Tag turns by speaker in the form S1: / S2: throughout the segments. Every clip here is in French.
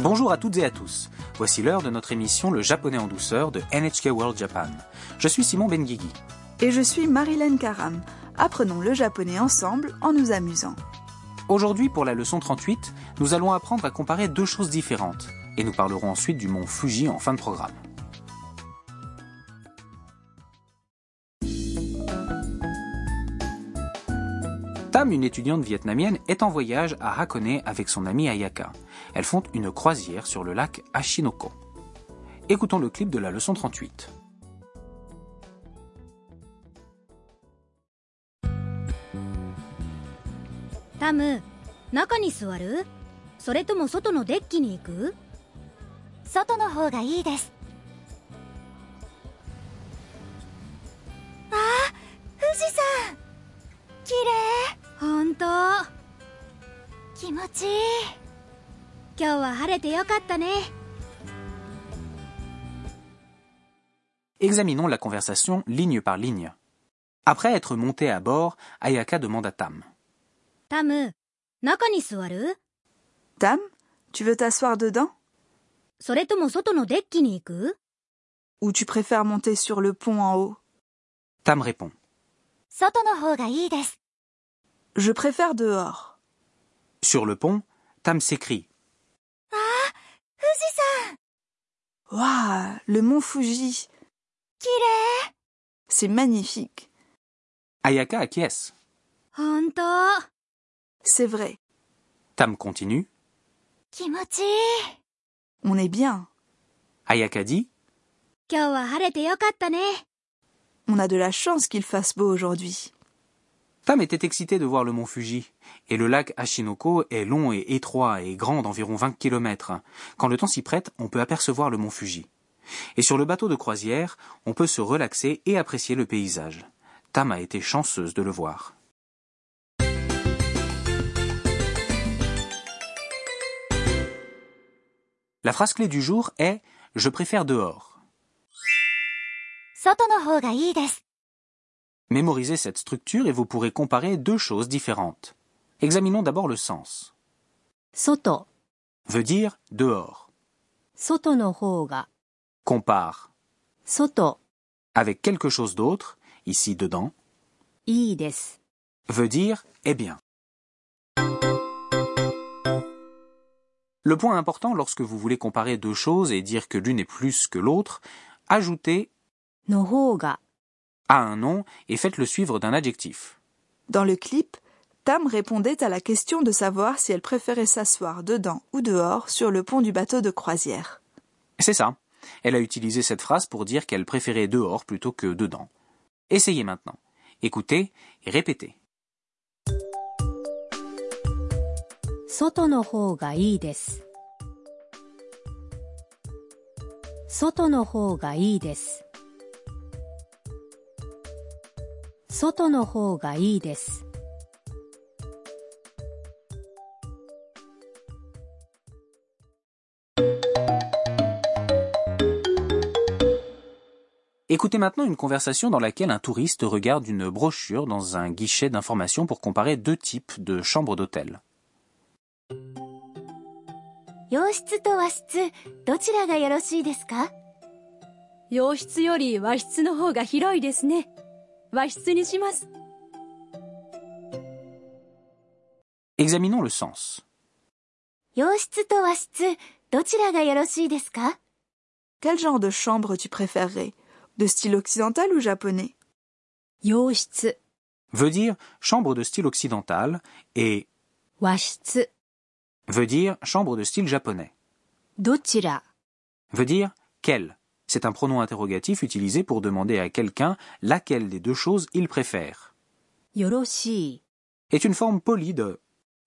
S1: Bonjour à toutes et à tous. Voici l'heure de notre émission Le japonais en douceur de NHK World Japan. Je suis Simon Benguigui.
S2: Et je suis Marilyn Karam. Apprenons le japonais ensemble en nous amusant.
S1: Aujourd'hui, pour la leçon 38, nous allons apprendre à comparer deux choses différentes. Et nous parlerons ensuite du mont Fuji en fin de programme. Tam, une étudiante vietnamienne, est en voyage à Hakone avec son amie Ayaka. Elles font une croisière sur le lac Ashinoko. Écoutons le clip de la leçon 38.
S3: タム中に座るそれとも外のデッキに行く
S4: 外の方がいいですああ富士山綺麗
S3: 本当
S4: 気持ちいい
S3: 今日は晴れてよかったね
S1: Examinons la conversation ligne par ligne. Après être montée à bord, Ayaka demande à Tam.
S3: タム中に座る
S2: Tam, tu veux t'asseoir dedans
S3: それとも外のデッキに行く
S2: Ou tu préfères monter sur le pont en haut
S1: Tam répond.
S4: 外の方がいいです
S2: Je préfère dehors.
S1: Sur le pont, Tam s'écrie.
S4: 富士山
S2: Waouh, le mont Fuji,
S4: 綺麗
S2: c'est magnifique.
S1: Ayaka acquiesce.
S3: 本当
S2: C'est vrai,
S1: Tam continue.
S4: 気持ちいい
S2: on est bien.
S1: Ayaka dit.
S3: 今日は晴れてよかったね
S2: On a de la chance qu'il fasse beau aujourd'hui.
S1: Tam était excité de voir le mont Fuji, et le lac Ashinoko est long et étroit et grand d'environ 20 kilomètres. Quand le temps s'y prête, on peut apercevoir le mont Fuji. Et sur le bateau de croisière, on peut se relaxer et apprécier le paysage. Tam a été chanceuse de le voir. La phrase clé du jour est Je préfère dehors.
S4: 外の方がいいです
S1: Mémorisez cette structure et vous pourrez comparer deux choses différentes. Examinons d'abord le sens.
S3: 外
S1: Veut dire dehors.
S3: 外の方が
S1: Compare
S3: 外
S1: avec quelque chose d'autre, ici dedans,
S3: いいです
S1: veut dire eh bien. Le point important lorsque vous voulez comparer deux choses et dire que l'une est plus que l'autre, ajoutez
S3: の方が
S1: à un nom et faites-le suivre d'un adjectif.
S2: Dans le clip, Tam répondait à la question de savoir si elle préférait s'asseoir dedans ou dehors sur le pont du bateau de croisière.
S1: C'est ça. Elle a utilisé cette phrase pour dire qu'elle préférait dehors plutôt que dedans. Essayez maintenant. Écoutez et répétez.
S3: 外の方がいいです外の方がいいです外の方がいいです。
S1: Écoutez maintenant une conversation dans laquelle un touriste regarde une brochure dans un guichet d'information pour comparer deux types de chambres d'hôtel.
S4: 洋室と和室どちらがよろしいですか
S5: 洋室より和室の方が広いですね。和室にします。
S1: Examinons le sens.
S4: 洋室と和室どちらがよろしいですか
S2: Quel genre de chambre tu préférerais De style occidental ou japonais
S5: 洋室、
S1: Veut dire chambre de style occidental et
S5: 和室、
S1: veut dire chambre de style japonais.
S5: どちら、
S1: Veut dire quelle. C'est un pronom interrogatif utilisé pour demander à quelqu'un laquelle des deux choses il préfère.
S5: よろし
S1: Est une forme polie de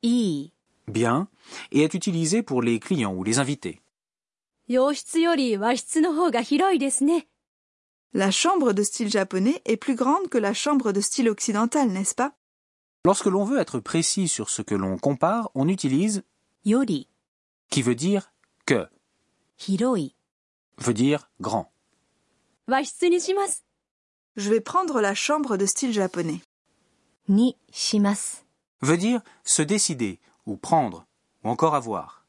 S5: い、いい。
S1: bien et est utilisé pour les clients ou les invités.
S5: 洋室より和室の方が広いですね。
S2: La chambre de style japonais est plus grande que la chambre de style occidental, n'est-ce pas
S1: Lorsque l'on veut être précis sur ce que l'on compare, on utilise
S5: より、
S1: qui veut dire que,
S5: 広い。
S1: veut dire grand.
S5: 和室にします。
S2: Je vais prendre la chambre de style japonais.
S5: にします。
S1: Veut dire se décider ou prendre ou encore avoir.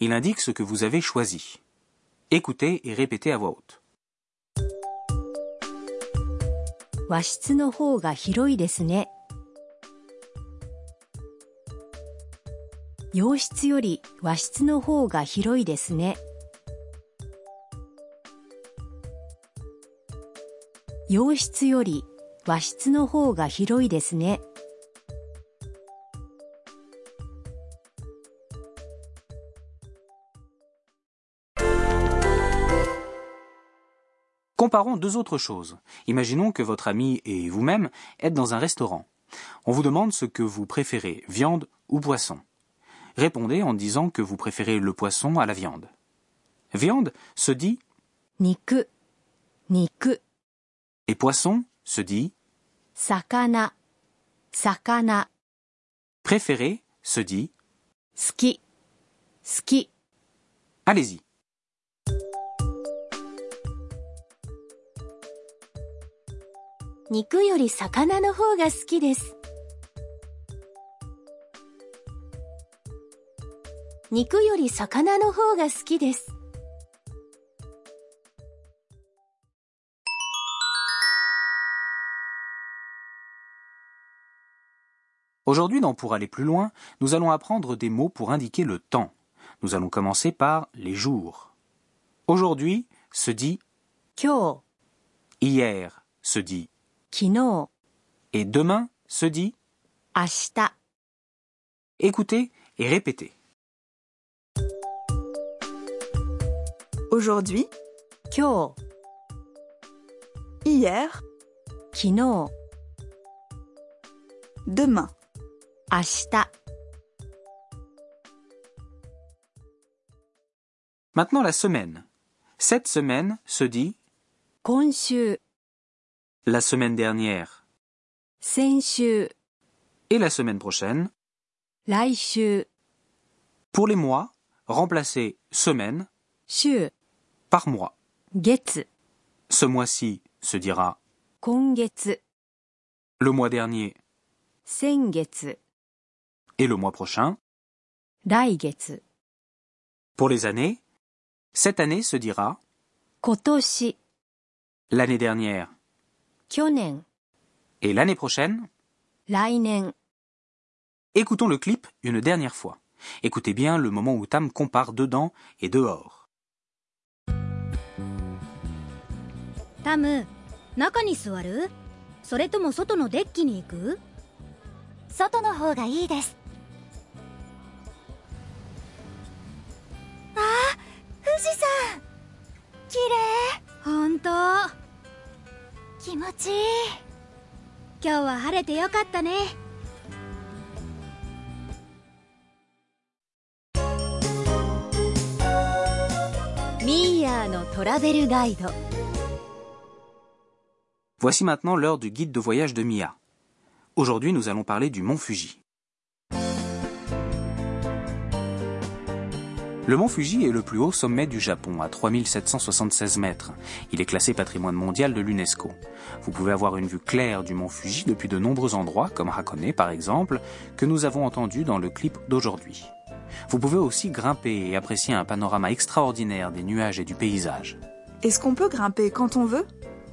S1: Il indique ce que vous avez choisi. Écoutez et répétez à voix haute.
S6: 和室の方が広いですね。洋室より和室の方が広いですね。洋室より和室の方が広いですね。
S1: Comparons deux autres choses. Imaginons que votre ami et vous-même êtes dans un restaurant. On vous demande ce que vous préférez, viande ou poisson. Répondez en disant que vous préférez le poisson à la viande. Viande se dit
S6: 肉、肉、
S1: et poisson se dit
S6: 魚、魚、
S1: préféré se dit
S6: 好き、好き。
S1: allez-y.
S4: 肉より魚の方が好きです。肉より魚の方が好きです。
S1: Aujourd'hui, dans Pour aller plus loin, nous allons apprendre des mots pour indiquer le temps. Nous allons commencer par les jours. Aujourd'hui se dit
S6: 今
S1: hier se dit
S6: 日、昨日、明
S1: et demain se dit
S6: 日、
S1: écoutez et répétez.
S2: Aujourd'hui,
S6: 今日、
S2: hier,
S6: 昨日、明
S2: demain.
S6: 日。
S1: Maintenant la semaine. Cette semaine se dit
S6: 今週、
S1: la semaine dernière
S6: 先週、
S1: et la semaine prochaine.
S6: 来週、
S1: Pour les mois, remplacez semaine
S6: 週、
S1: par mois.
S6: 月、
S1: Ce mois-ci se dira
S6: 今月、
S1: le mois dernier
S6: 先月、
S1: et le mois prochain.
S6: 来月、
S1: Pour les années, cette année se dira
S6: 今年、
S1: l'année dernière
S6: 去年、
S1: et l'année prochaine.
S6: 来年。
S1: Écoutons le clip une dernière fois. Écoutez bien le moment où Tam compare dedans et dehors.
S3: タム中に座るそれとも外のデッキに行く
S4: 外の方がいいです。ああ、富士山綺麗
S3: 本当今
S4: 気持ちいい。
S3: 日は晴れてよかったね
S5: ミーヤーのトラベルガイド
S1: Voici maintenant l'heure du guide de voyage de Mia. Aujourd'hui, nous allons parler du mont Fuji. Le mont Fuji est le plus haut sommet du Japon, à 3776 mètres. Il est classé patrimoine mondial de l'UNESCO. Vous pouvez avoir une vue claire du mont Fuji depuis de nombreux endroits, comme Hakone par exemple, que nous avons entendu dans le clip d'aujourd'hui. Vous pouvez aussi grimper et apprécier un panorama extraordinaire des nuages et du paysage.
S2: Est-ce qu'on peut grimper quand on veut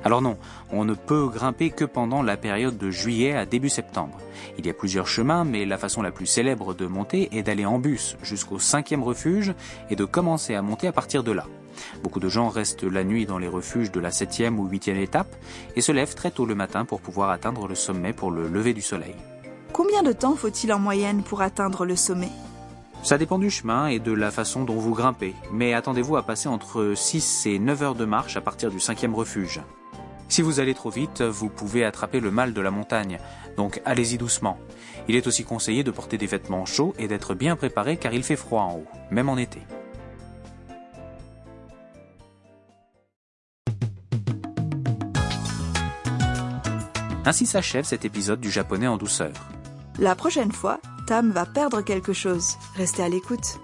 S1: Alors non, on ne peut grimper que pendant la période de juillet à début septembre. Il y a plusieurs chemins, mais la façon la plus célèbre de monter est d'aller en bus jusqu'au cinquième refuge et de commencer à monter à partir de là. Beaucoup de gens restent la nuit dans les refuges de la septième ou huitième étape et se lèvent très tôt le matin pour pouvoir atteindre le sommet pour le lever du soleil.
S2: Combien de temps faut-il en moyenne pour atteindre le sommet
S1: Ça dépend du chemin et de la façon dont vous grimpez, mais attendez-vous à passer entre 6 et 9 heures de marche à partir du cinquième refuge. Si vous allez trop vite, vous pouvez attraper le mal de la montagne, donc allez-y doucement. Il est aussi conseillé de porter des vêtements chauds et d'être bien préparé car il fait froid en haut, même en été. Ainsi s'achève cet épisode du japonais en douceur.
S2: La prochaine fois, Tam va perdre quelque chose. Restez à l'écoute.